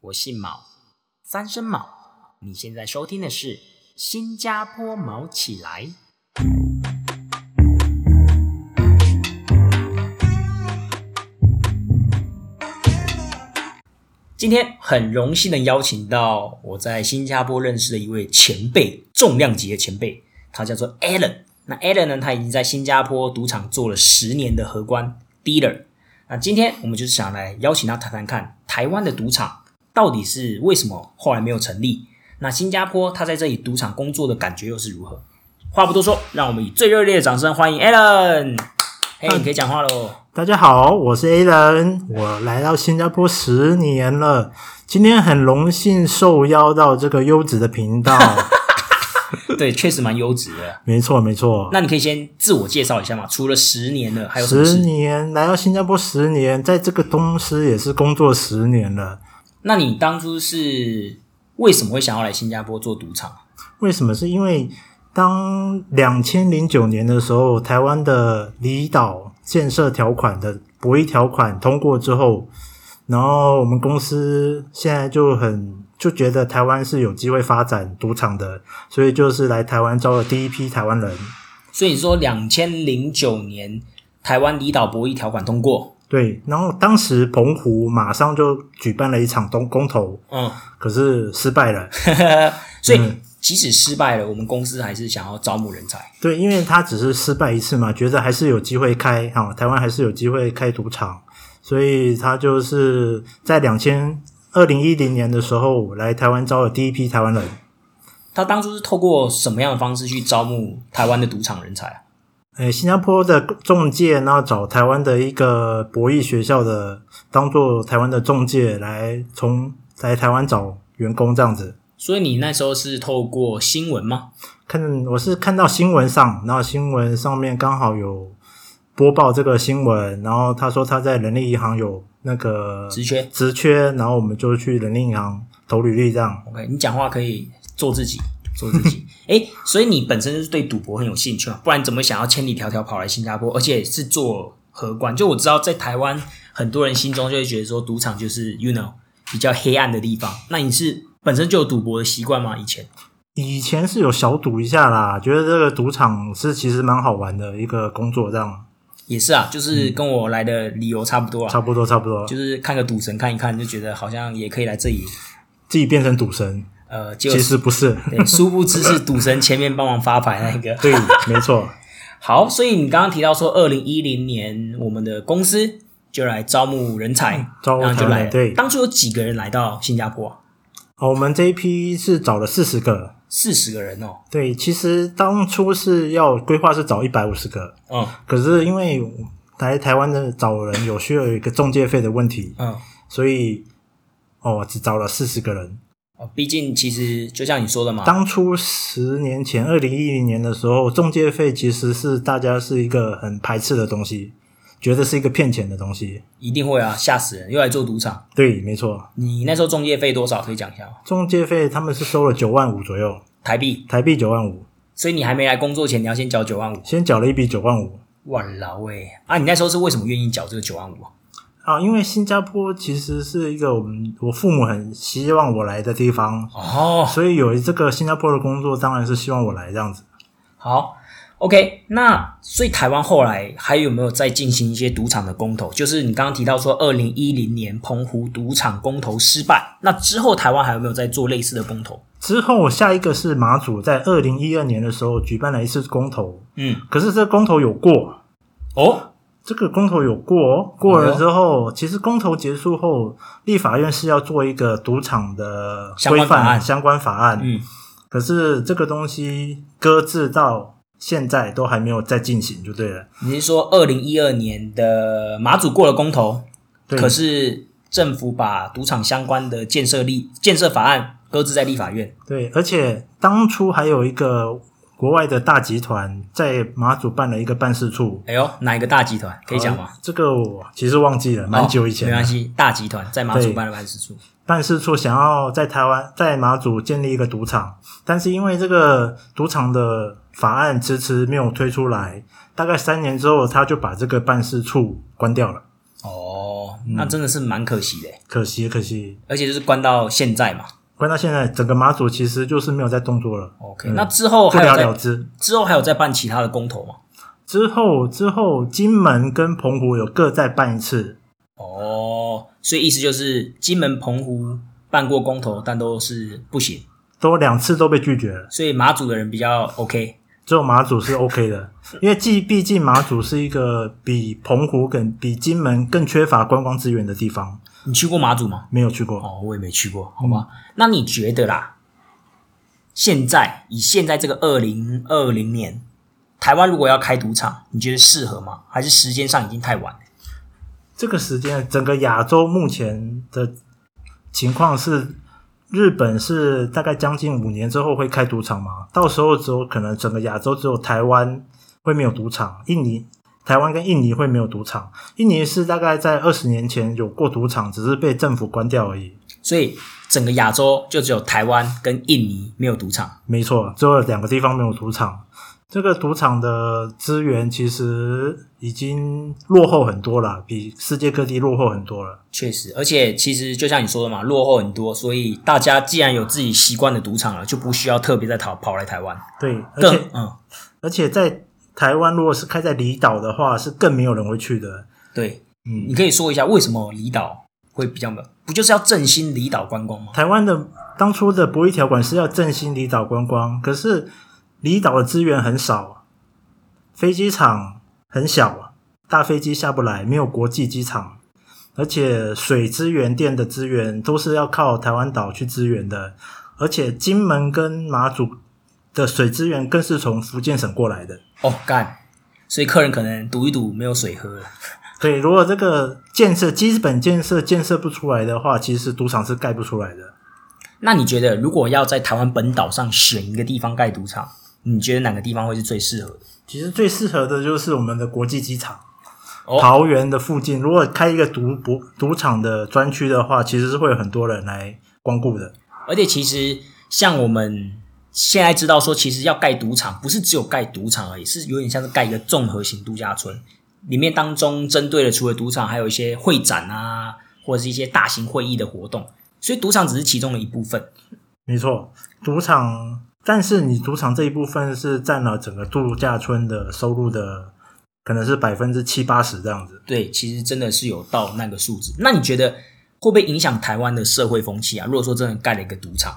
我姓卯，三声卯。你现在收听的是《新加坡卯起来》。今天很荣幸的邀请到我在新加坡认识的一位前辈，重量级的前辈，他叫做 Alan。那 Alan 呢，他已经在新加坡赌场做了十年的荷官 dealer。那今天我们就是想来邀请他谈谈看台湾的赌场到底是为什么后来没有成立，那新加坡他在这里赌场工作的感觉又是如何？话不多说，让我们以最热烈的掌声欢迎 Alan。嘿，嗯你可以讲话喽。大家好，我是 A 人，我来到新加坡十年了，今天很荣幸受邀到这个优质的 频道。对，确实蛮优质的。没错，没错。那你可以先自我介绍一下嘛？除了十年了，还有什么事？十年来到新加坡十年，在这个公司也是工作十年了。那你当初是为什么会想要来新加坡做赌场？为什么？是因为当两千零九年的时候，台湾的离岛建设条款的博弈条款通过之后，然后我们公司现在就很就觉得台湾是有机会发展赌场的，所以就是来台湾招了第一批台湾人。所以你说两千零九年台湾离岛博弈条款通过，对，然后当时澎湖马上就举办了一场东公投，嗯，可是失败了。所以嗯即使失败了，我们公司还是想要招募人才。对，因为他只是失败一次嘛，觉得还是有机会开哈、台湾还是有机会开赌场，所以他就是在两千二零一零年的时候来台湾招了第一批台湾人。他当初是透过什么样的方式去招募台湾的赌场人才啊？呃，新加坡的中介，然后找台湾的一个博弈学校的，当做台湾的中介来从来台湾找员工这样子。所以你那时候是透过新闻吗？看我是看到新闻上，然后新闻上面刚好有播报这个新闻，然后他说他在人力银行有那个职缺职缺，然后我们就去人力银行投履历这样。 ？OK，你讲话可以做自己，做自 己。诶，所以你本身就是对赌博很有兴趣嘛？不然怎么想要千里迢迢跑来新加坡，而且是做荷官？就我知道，在台湾很多人心中就会觉得说，赌场就是 you know 比较黑暗的地方。那你是本身就有赌博的习惯吗？以前？以前是有小赌一下啦，觉得这个赌场是其实蛮好玩的一个工作，这样也是啊，就是跟我来的理由差不多差啊，不多差不多，就是看个赌神看一看，就觉得好像也可以来这里。自己变成赌神，呃，结果其实不是，对，殊不知是赌神前面帮忙发牌那个。 对，没错，好，所以你刚刚提到说，二零一零年我们的公司就来招募人才，嗯招募然后就台湾来了。对当初有几个人来到新加坡、啊？好我们这一批是找了四十个，四十个人哦。对，其实当初是要规划是找一百五十个，嗯可是因为来台湾的找人有需要有一个中介费的问题，嗯，所以哦，只找了四十个人。哦毕竟其实就像你说的嘛，当初十年前，二零一零年的时候，中介费其实是大家是一个很排斥的东西，觉得是一个骗钱的东西。一定会啊，吓死人，又来做赌场。对，没错，你那时候中介费多少？可以讲一下吗？中介费他们是收了九万五左右，台币。台币九万五，所以你还没来工作前，你要先缴九万五。先缴了一笔九万五哇老喂啊！你那时候是为什么愿意缴这个九万五啊？啊，因为新加坡其实是一个我们我父母很希望我来的地方，哦，所以有这个新加坡的工作，当然是希望我来这样子。好，OK，那所以台湾后来还有没有再进行一些赌场的公投？就是你刚刚提到说，二零一零年澎湖赌场公投失败，那之后台湾还有没有在做类似的公投？之后下一个是马祖，在二零一二年的时候举办了一次公投，嗯，可是这公投有过，哦，这个公投有过哦，过了之哎后，其实公投结束后，立法院是要做一个赌场的相规关法案范相关法案，嗯，可是这个东西搁置到现在都还没有再进行，就对了。你是说二零一二年的马祖过了公投，对，可是政府把赌场相关的建设立建设法案搁置在立法院？对，而且当初还有一个国外的大集团在马祖办了一个办事处，哎呦，哪一个大集团可以讲吗？哦呃？这个我其实忘记了，蛮久以前没了、关系，大集团在马祖对办的办事处。办事处想要在台湾在马祖建立一个赌场，但是因为这个赌场的法案迟迟没有推出来，大概三年之后，他就把这个办事处关掉了。哦，哦，嗯那真的是蛮可惜的欸，可惜可惜，而且就是关到现在嘛。关到现在，整个马祖其实就是没有在动作了， OK，、嗯那之后不哦还有了了在之。之后还有在办其他的公投吗？之后之后，金门跟澎湖有各再办一次，哦，所以意思就是金门、澎湖办过公投，但都是不行，都两次都被拒绝了，所以马祖的人比较 OK。只有马祖是 OK 的，因为既毕竟马祖是一个比澎湖跟比金门更缺乏观光资源的地方，你去过马祖吗？没有去过。哦，我也没去过，好吧？那你觉得啦？现在以现在这个二零二零年，台湾如果要开赌场，你觉得适合吗？还是时间上已经太晚了？这个时间，整个亚洲目前的情况是，日本是大概将近五年之后会开赌场嘛，到时候只有可能整个亚洲只有台湾会没有赌场，印尼、台湾跟印尼会没有赌场。印尼是大概在二十年前有过赌场，只是被政府关掉而已。所以整个亚洲就只有台湾跟印尼没有赌场。没错，只有两个地方没有赌场。这个赌场的资源其实已经落后很多了，比世界各地落后很多了。确实，而且其实就像你说的嘛，落后很多，所以大家既然有自己习惯的赌场了，就不需要特别再逃跑来台湾。对，而更且嗯，而且在台湾，如果是开在离岛的话，是更没有人会去的。对，你嗯，可以说一下为什么离岛会比较没有？不就是要振兴离岛观光吗？台湾的当初的博弈条款是要振兴离岛观光，可是离岛的资源很少，飞机场很小，大飞机下不来，没有国际机场，而且水资源、电的资源都是要靠台湾岛去支援的，而且金门跟马祖的水资源更是从福建省过来的。哦，干，所以客人可能赌一赌没有水喝了。对，如果这个建设基本建设建设不出来的话，其实赌场是盖不出来的。那你觉得如果要在台湾本岛上选一个地方盖赌场，你觉得哪个地方会是最适合的？其实最适合的就是我们的国际机场，哦桃园的附近，如果开一个赌博赌场的专区的话，其实是会有很多人来光顾的。而且其实像我们现在知道说，其实要盖赌场，不是只有盖赌场而已，是有点像是盖一个综合型度假村。里面当中针对的除了赌场，还有一些会展啊，或者是一些大型会议的活动。所以赌场只是其中的一部分。没错，赌场，但是你赌场这一部分是占了整个度假村的收入的，可能是百分之七八十这样子。对，其实真的是有到那个数字。那你觉得会不会影响台湾的社会风气啊？如果说真的盖了一个赌场，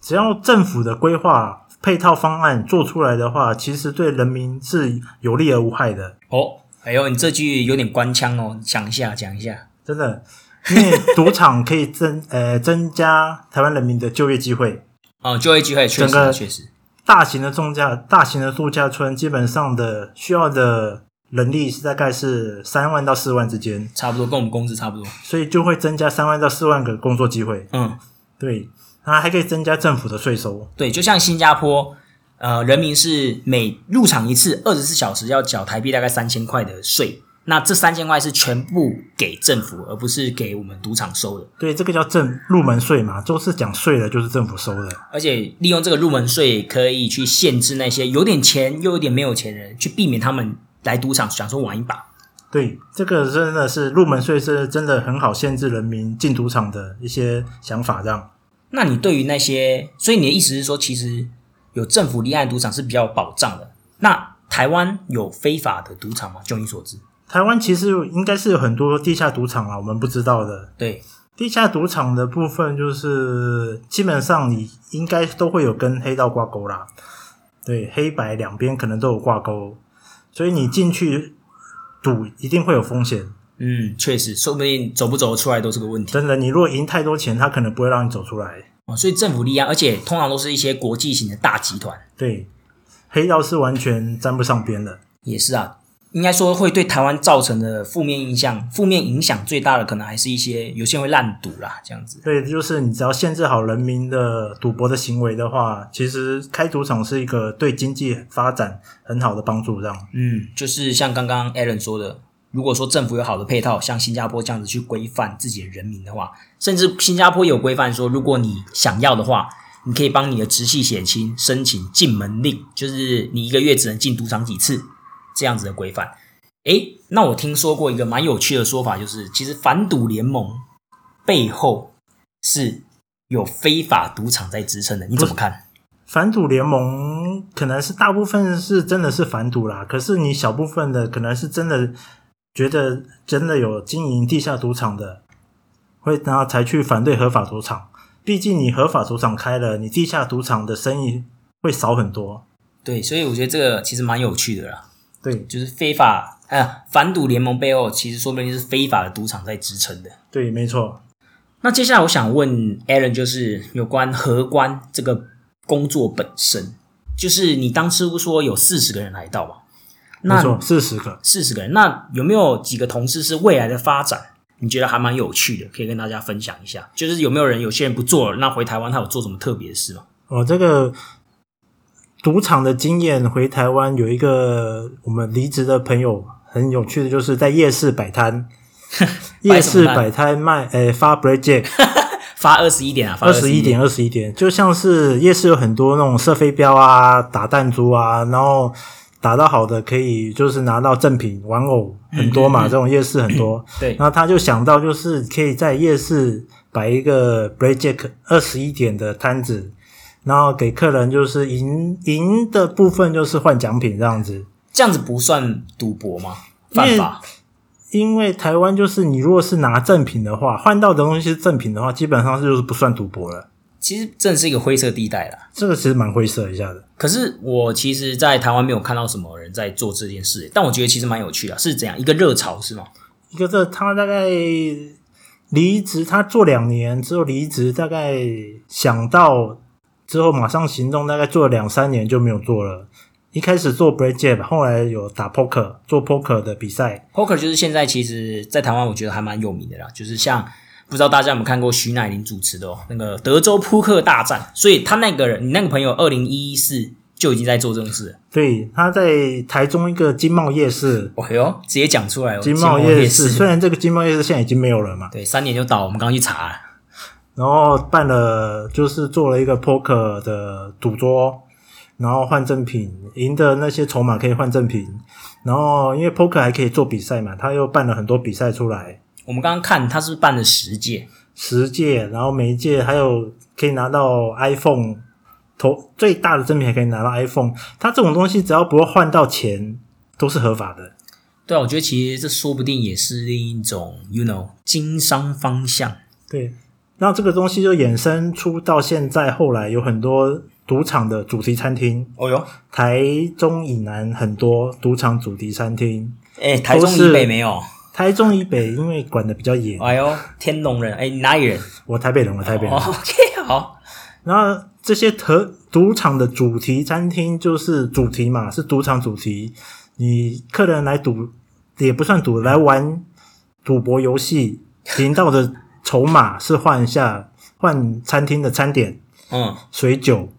只要政府的规划配套方案做出来的话，其实对人民是有利而无害的。哦，哎呦，你这句有点官腔哦，讲一下，讲一下。真的，因为赌场可以增 呃增加台湾人民的就业机会。哦，就业机会确整个实确实，大型的重价、大型的度假村，基本上的需要的人力是大概是三万到四万之间，差不多跟我们工资差不多。所以就会增加三万到四万个工作机会。嗯，对，那还可以增加政府的税收。对，就像新加坡，呃，人民是每入场一次二十四小时要缴台币大概三千块的税，那这三千块是全部给政府，而不是给我们赌场收的。对，这个叫政入门税嘛，都是讲税的，就是政府收的。而且利用这个入门税，可以去限制那些有点钱又有点没有钱人，去避免他们来赌场想说玩一把。对，这个真的是入门税是真的很好限制人民进赌场的一些想法，这样。那你对于那些，所以你的意思是说，其实有政府立案的赌场是比较有保障的。那台湾有非法的赌场吗？就你所知，台湾其实应该是有很多地下赌场啊，我们不知道的。对，地下赌场的部分就是基本上你应该都会有跟黑道挂钩啦，对，黑白两边可能都有挂钩，所以你进去赌一定会有风险。嗯，确实，说不定走不走得出来都是个问题。真的，你如果赢太多钱，他可能不会让你走出来。哦，所以政府立案，而且通常都是一些国际型的大集团，对，黑道是完全沾不上边的。也是啊。应该说会对台湾造成的负面影响，负面影响最大的可能还是一些有些人会滥赌啦，这样子。对，就是你只要限制好人民的赌博的行为的话，其实开赌场是一个对经济发展很好的帮助。这样，嗯，就是像刚刚 Alan 说的，如果说政府有好的配套，像新加坡这样子去规范自己的人民的话，甚至新加坡有规范说，如果你想要的话，你可以帮你的直系血亲申请禁门令，就是你一个月只能进赌场几次这样子的规范。诶，那我听说过一个蛮有趣的说法，就是其实反赌联盟背后是有非法赌场在支撑的，你怎么看？反赌联盟可能是大部分是真的是反赌啦，可是你小部分的可能是真的觉得真的有经营地下赌场的，会然后才去反对合法赌场。毕竟你合法赌场开了，你地下赌场的生意会少很多。对，所以我觉得这个其实蛮有趣的啦，对就是非法呃反赌联盟背后其实说不定是非法的赌场在支撑的。对，没错。那接下来我想问 Alan，就是有关荷官这个工作本身，就是你当初说有四十个人来到嘛？没那错，四十个。四十个人，那有没有几个同事是未来的发展？你觉得还蛮有趣的，可以跟大家分享一下。就是有没有人，有些人不做了，那回台湾他有做什么特别的事吗？我、哦这个赌场的经验，回台湾有一个我们离职的朋友很有趣的，就是在夜市 摆摊，夜市摆摊卖，诶、发 break jack，发二十一点啊，发二十一一点，二十一点，就像是夜市有很多那种射飞镖啊、打弹珠啊，然后打到好的可以就是拿到赠品玩偶，很多嘛，这种夜市很多。对，然后他就想到，就是可以在夜市摆一个 breakjack 二十一点的摊子，然后给客人就是赢赢的部分就是换奖品这样子。这样子不算赌博吗？因犯为法？因为台湾就是你如果是拿赠品的话，换到的东西是赠品的话，基本上就是不算赌博了。其实真的是一个灰色地带啦。这个其实蛮灰色一下的。可是我其实，在台湾没有看到什么人在做这件事，但我觉得其实蛮有趣的，啊是怎样一个热潮是吗？一个这他大概离职，他做两年之后离职，大概想到之后马上行动，大概做了两三年就没有做了。一开始做 break jab，后来有打 poker，做 poker 的比赛。 Poker 就是现在其实，在台湾我觉得还蛮有名的啦，就是像不知道大家有没有看过徐乃麟主持的、哦、那个德州扑克大战，所以他那个人，你那个朋友，二零一四就已经在做这种事了。对，他在台中一个金茂夜市，哦哟，直接讲出来哦，金茂茂夜市市，虽然这个金茂夜市现在已经没有了嘛，对，三年就倒，我们刚刚去查了，然后办了就是做了一个 poker 的赌桌，然后换赠品，赢的那些筹码可以换赠品。然后因为 poker 还可以做比赛嘛，他又办了很多比赛出来，我们刚刚看他是不是办了十届，十届，然后每一届还有可以拿到 iPhone，投最大的赠品还可以拿到 iPhone。他这种东西只要不换到钱，都是合法的。对啊，我觉得其实这说不定也是另一种，you know，经商方向。对，那这个东西就衍生出到现在，后来有很多赌场的主题餐厅。哦哟，台中以南很多赌场主题餐厅，哎、台中以北没有。台中以北因为管的比较严，哎呦，天龙人，哎，你哪里人？我台北人，我台北人。哦 OK，好，然后这些特赌场的主题餐厅就是主题嘛，是赌场主题，你客人来赌也不算赌，来玩赌博游戏，赢到的筹码是换一下换餐厅的餐点、嗯，水酒，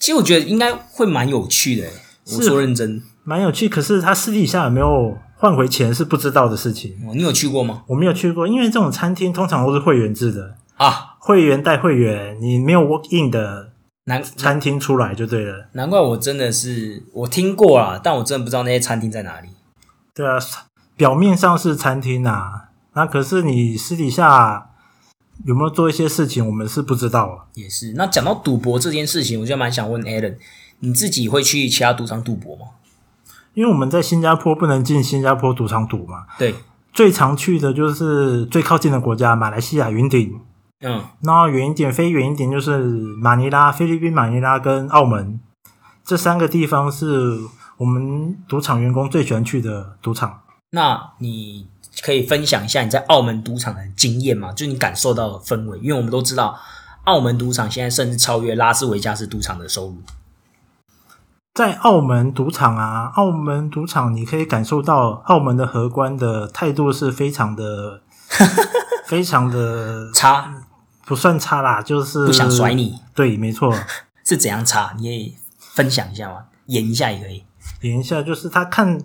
其实我觉得应该会蛮有趣的，我说认真，蛮有趣。可是他私底下有没有换回钱是不知道的事情，哦你有去过吗？我没有去过，因为这种餐厅通常都是会员制的。啊，会员带会员，你没有 work in 的难餐厅出来就对了。难怪我真的是我听过啦，但我真的不知道那些餐厅在哪里。对啊，表面上是餐厅啊，那可是你私底下有没有做一些事情，我们是不知道啊。也是，那讲到赌博这件事情，我就蛮想问 Alan，你自己会去其他赌场赌博吗？因为我们在新加坡不能进新加坡赌场赌嘛，对，最常去的就是最靠近的国家马来西亚云顶，嗯，然后远一点飞远一点就是马尼拉、菲律宾马尼拉跟澳门这三个地方是我们赌场员工最喜欢去的赌场。那你可以分享一下你在澳门赌场的经验吗？就是你感受到的氛围，因为我们都知道澳门赌场现在甚至超越拉斯维加斯赌场的收入。在澳门赌场啊，澳门赌场你可以感受到澳门的荷官的态度是非常 的、非常的差不算差啦，就是不想甩。你对，没错，是怎样差？你也分享一下吗？演一下也可以。点一下就是他看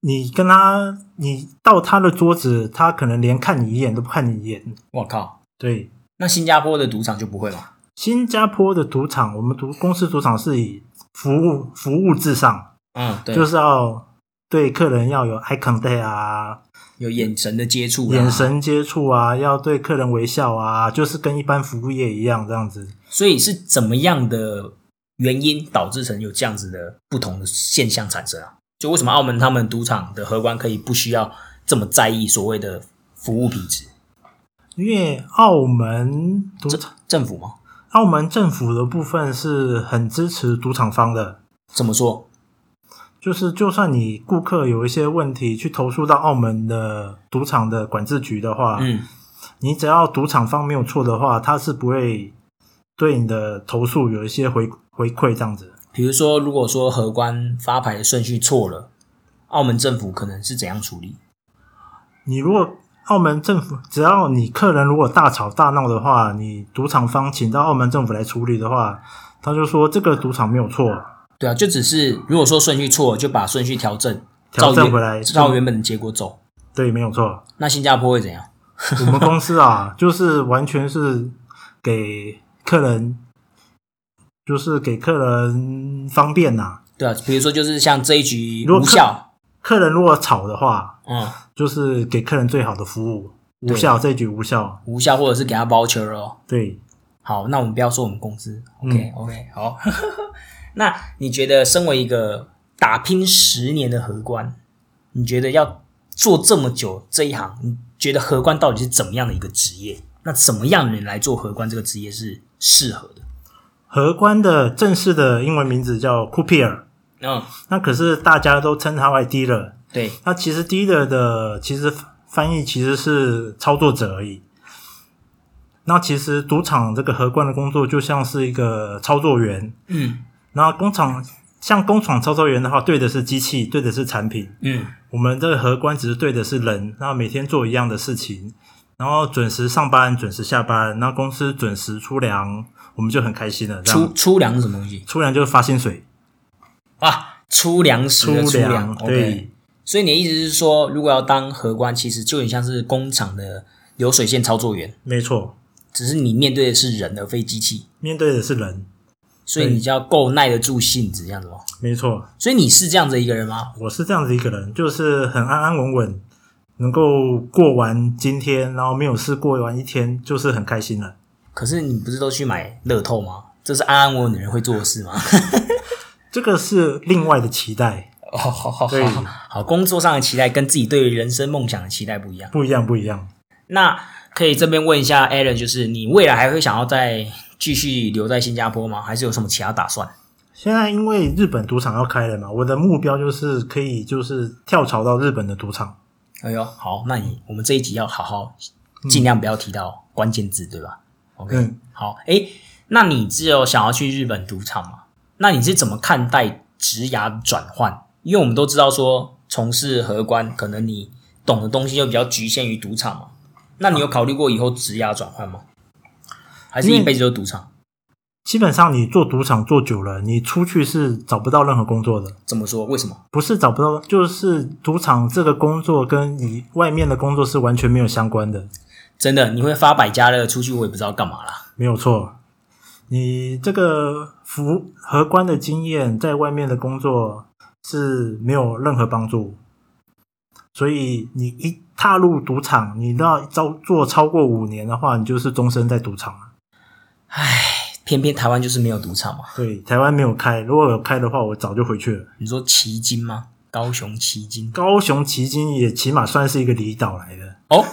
你跟他，你到他的桌子，他可能连看你一眼都不看你一眼。我靠，对，那新加坡的赌场就不会吗？新加坡的赌场，我们赌公司赌场是以服务服务至上，嗯，对，就是要对客人要有 eye contact 啊，有眼神的接触、啊，眼。神接触啊，要对客人微笑啊，就是跟一般服务业一样这样子。所以是怎么样的原因导致成有这样子的不同的现象产生啊？就为什么澳门他们赌场的荷官可以不需要这么在意所谓的服务品质？因为澳门赌政场，政府吗？澳门政府的部分是很支持赌场方的，怎么说？就是就算你顾客有一些问题去投诉到澳门的赌场的管制局的话，嗯，你只要赌场方没有错的话，他是不会对你的投诉有一些回回馈这样子。比如说，如果说荷官发牌的顺序错了，澳门政府可能是怎样处理？你如果澳门政府，只要你客人如果大吵大闹的话，你赌场方请到澳门政府来处理的话，他就说这个赌场没有错，对啊，就只是如果说顺序错了，就把顺序调正，调照整原回来，照原本的结果走。对，没有错。那新加坡会怎样？我们公司啊， 就是完全是给客人，就是给客人方便呐、对啊，比如说就是像这一局如果无客效，客人如果吵的话，嗯，就是给客人最好的服务，无对效这一局无效，无效或者是给他包球哦。对。好，那我们不要说我们公司嗯，OK、OK，好。 那你觉得身为一个打拼十年的荷官，你觉得要做这么久这一行，你觉得荷官到底是怎么样的一个职业？那怎么样的人来做荷官这个职业是适合的？荷官的正式的英文名字叫库皮尔，嗯，那可是大家都称他为 dealer。对，那其实 dealer 的其实翻译其实是操作者而已。那其实赌场这个荷官的工作就像是一个操作员，嗯那工厂像工厂操作员的话，对的是机器，对的是产品。嗯，我们这个荷官只是对的是人，那每天做一样的事情，然后准时上班，准时下班，那公司准时出粮，我们就很开心了。嗯这粗样粗粮是什么东西出粮就是发薪水，啊？粗粮食的粗粮粮对。 ，OK。所以你的意思是说，如果要当荷官，其实就很像是工厂的流水线操作员，没错，只是你面对的是人而非机器。面对的是人，所以你就要够耐得住性子这样子哦。没错。所以你是这样子一个人吗？我是这样子一个人，就是很安安稳稳，能够过完今天，然后没有事过完一天，就是很开心了。可是你不是都去买乐透吗？这是安安稳稳的人会做的事吗？这个是另外的期待，哦，好好好对好，好，工作上的期待跟自己对于人生梦想的期待不一样。不一样，不一样。那可以这边问一下 Alan，就是你未来还会想要再继续留在新加坡吗？还是有什么其他打算？现在因为日本赌场要开了嘛，我的目标就是可以就是跳槽到日本的赌场。哎呦，好，那你我们这一集要好好，尽量不要提到关键字，对吧？OK，、嗯好，诶，那你只有想要去日本赌场吗？那你是怎么看待职涯转换？因为我们都知道说，从事荷官，可能你懂的东西就比较局限于赌场嘛。那你有考虑过以后职涯转换吗？还是因为一辈子都赌场？基本上你做赌场做久了，你出去是找不到任何工作的，怎么说？为什么？不是找不到，就是赌场这个工作跟你外面的工作是完全没有相关的。真的，你会发百家乐出去，我也不知道干嘛啦。没有错，你这个服荷官的经验在外面的工作是没有任何帮助，所以你一踏入赌场，你要操做超过五年的话，你就是终身在赌场了。偏偏台湾就是没有赌场嘛。对，台湾没有开，如果有开的话，我早就回去了。你说旗津吗？高雄旗津高雄旗津也起码算是一个离岛来的，哦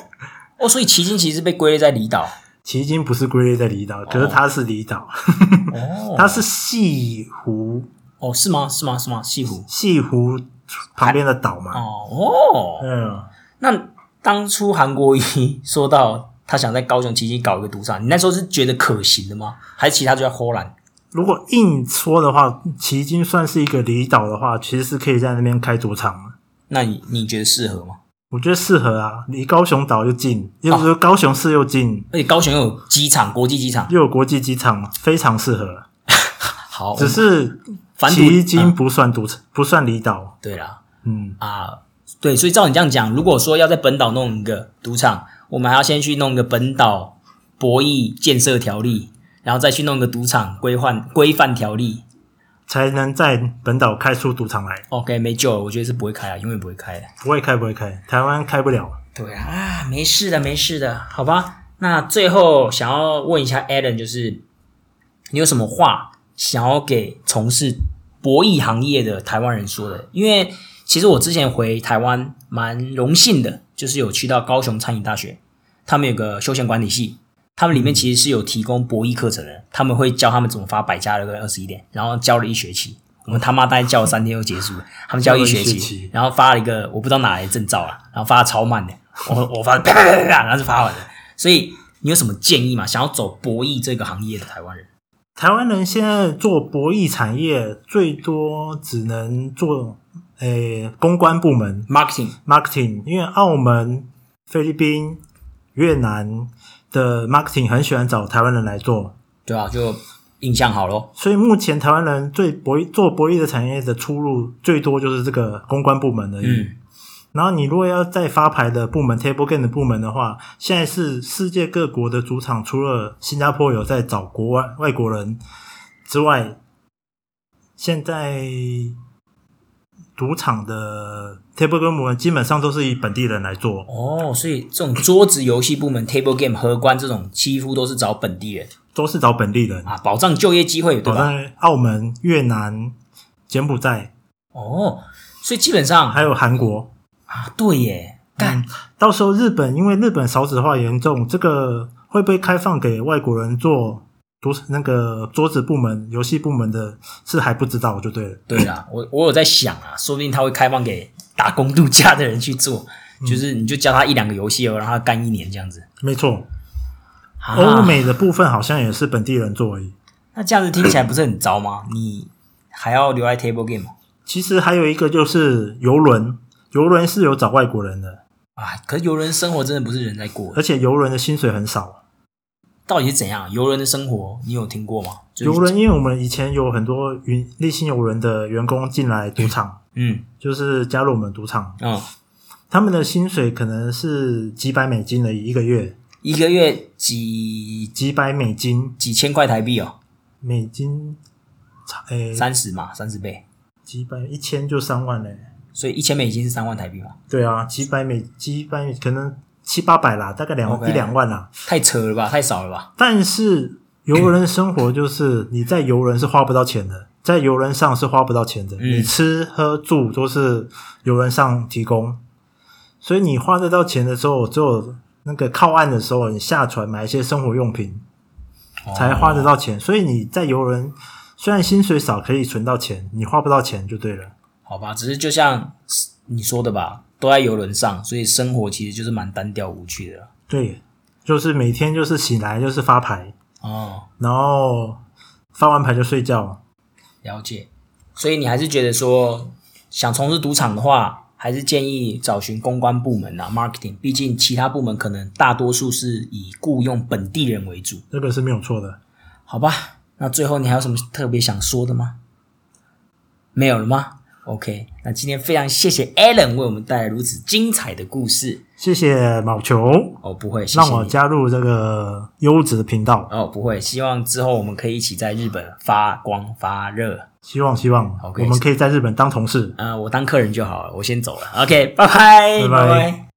哦，所以旗津其实被归类在离岛旗津不是归类在离岛，可是它是离岛， 哦它是西湖哦是吗？是吗？是吗？西湖西湖旁边的岛嘛。哦哦，嗯，那当初韩国瑜说到他想在高雄旗津搞一个赌场，你那时候是觉得可行的吗？还是其他就要偷懒？如果硬说的话，旗津算是一个离岛的话，其实是可以在那边开赌场的。那你你觉得适合吗？我觉得适合啊，离高雄岛又近，又不是高雄市又近，而且高雄又有机场，国际机 场。又有国际机场，非常适合。好，我只们是哦反赌旗津嗯不算赌场，不算离岛。对啦嗯，啊，对，所以照你这样讲，如果说要在本岛弄一个赌场，我们还要先去弄一个本岛博弈建设条例，然后再去弄一个赌场规范规范条例，才能在本岛开出赌场来。 OK，没救了，我觉得是不会开啊，永远不会开的。不会开，不会开，台湾开不了。对啊，啊没事的，没事的，好吧。那最后想要问一下 Alan，就是你有什么话想要给从事博弈行业的台湾人说的？因为其实我之前回台湾蛮荣幸的，就是有去到高雄餐饮大学，他们有个休闲管理系，他们里面其实是有提供博弈课程的，他们会教他们怎么发百家乐跟二十一点，然后教了一学期。我们他妈大概教了三天就结束了，他们教一学教了一学期期，然后发了一个我不知道哪来的证照啊，然后发的超慢的，我我发的啪啪啪啪啪，然后就发完了。所以你有什么建议吗？想要走博弈这个行业的台湾人，台湾人现在做博弈产业，最多只能做诶、公关部门 marketing marketing，因为澳门、菲律宾、越南的 marketing 很喜欢找台湾人来做，对啊，就印象好咯。所以目前台湾人最博弈做博弈的产业的出路最多就是这个公关部门而已。嗯，然后你如果要在发牌的部门 table game 的部门的话，现在是世界各国的主场，除了新加坡有在找国外外国人之外，现在赌场的 table game 部门基本上都是以本地人来做。哦，所以这种桌子游戏部门 table game 荷官这种，几乎都是找本地人都是找本地人，啊，保障就业机会，对保吧？障澳门、越南、柬埔寨哦，所以基本上还有韩国。啊，对耶，干、到时候日本因为日本少子化严重，这个会不会开放给外国人做桌那个桌子部门、游戏部门的，是还不知道就对了。对啦，我我有在想啊，说不定他会开放给打工度假的人去做，嗯就是你就教他一两个游戏哦，让他干一年这样子。没错，啊欧美的部分好像也是本地人做而已。那这样子听起来不是很糟吗？你还要留在 table game 吗其实还有一个就是游轮，游轮是有找外国人的，啊？可是游轮生活真的不是人在过的，而且游轮的薪水很少。到底是怎样？游轮的生活你有听过吗？就是游轮因为我们以前有很多云立新游轮的员工进来赌场，嗯就是加入我们赌场，嗯，他们的薪水可能是几百美金的一个月，一个月几几百美金几千块台币哦，美金，诶、三十嘛，三十倍，几百一千就三万嘞、所以一千美金是三万台币嘛，对啊，几百美几百可能七八百啦，大概两 OK 一两万啦。太扯了吧，太少了吧？但是游轮生活就是你在游轮是花不到钱的，在游轮上是花不到钱的，嗯你吃喝住都是游轮上提供，所以你花得到钱的时候，只有那个靠岸的时候，你下船买一些生活用品才花得哦到钱。所以你在游轮虽然薪水少，可以存到钱，你花不到钱就对了。好吧，只是就像你说的吧，都在游轮上，所以生活其实就是蛮单调无趣的啦。对，就是每天就是醒来就是发牌，哦，然后发完牌就睡觉。了解。所以你还是觉得说，想从事赌场的话，还是建议找寻公关部门啊，marketing。毕竟其他部门可能大多数是以雇佣本地人为主，这个是没有错的。好吧？那最后你还有什么特别想说的吗？没有了吗？OK，那今天非常谢谢 Alan 为我们带来如此精彩的故事。谢谢毛球，哦，不会，谢谢让我你加入这个优质的频道，哦，不会，希望之后我们可以一起在日本发光发热。希望希望好可以我们可以在日本当同事。呃，我当客人就好了，我先走了。OK，拜拜，拜拜拜。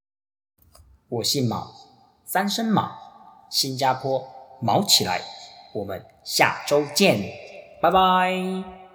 我姓毛，三声毛，新加坡毛起来。我们下周见，拜拜。